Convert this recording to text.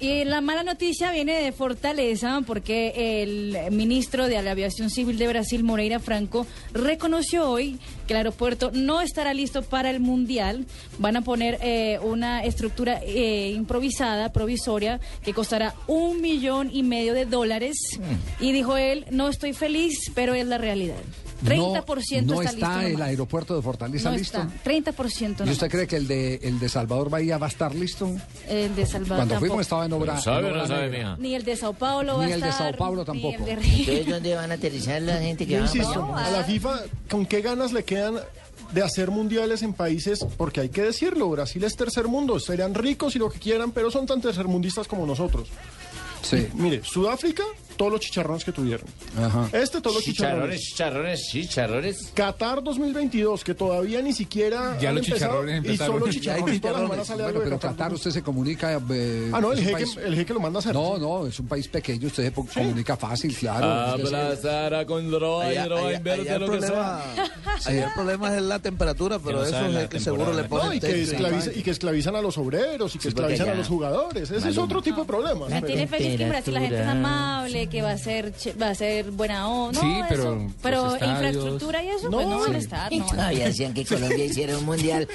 Y la mala noticia viene de Fortaleza porque el ministro de la Aviación Civil de Brasil, Moreira Franco, reconoció hoy que el aeropuerto no estará listo para el Mundial. Van a poner eh, una estructura eh, improvisada, provisoria, que costará un millón y medio de dólares. Mm. Y dijo él, no estoy feliz, pero es la realidad. 30% no, no está, el listo. nomás. aeropuerto de Fortaleza No listo. está, 30% ¿Y nomás. usted cree que el de, el de Salvador Bahía va a estar listo? El de Salvador Cuando tampoco. fuimos estaba en Ah, obra. ¿Sabe en o obra no sabe, negra. mija? Ni el de Sao Paulo va Ni a el de estar, Sao Paulo ni el tampoco. de Río. Entonces, ¿dónde van a aterrizar la gente que Yo va a insisto, Miami? a la FIFA, ¿con qué ganas le quedan de hacer mundiales en países? Porque hay que decirlo, Brasil es tercer mundo, serán ricos y lo que quieran, pero son tan tercermundistas como nosotros. Sí. Mire, Sudáfrica, todos los chicharrones que tuvieron. Ajá. Este, todos los Chicharrones, chicharrones. chicharrones, chicharrones. Qatar 2022, que todavía ni siquiera. Ya han los chicharrones empezado, Y empezaron. solo Ya hay chicharrones. todas las chicharrones. semanas sale algo Bueno, de pero Qatar. Qatar usted se comunica. eh, Ah, no, el es un jeque, país- el jeque lo manda a hacer. No, no, es un país pequeño, usted se po- comunica fácil, Ah, claro. Es decir, Aplazar a con droga, Allá, droga, allá- allá inversa, el lo que sea. problema, allá el problema es la temperatura, pero no eso saben es la que seguro temporada. le No, pues y ponen que, techo. esclaviza- y que esclavizan a los obreros y que Sí, porque esclavizan a ya- los jugadores. Ese es Maluma. otro tipo de problemas. La pero- Tiene fe que en Brasil la gente es Temperatura. amable, que va a ser che- va a ser buena onda. Sí, no, pero eso. los pero estadios- infraestructura y eso, No, pues no van sí. a estar. No van a Todavía hacían que Colombia hiciera un mundial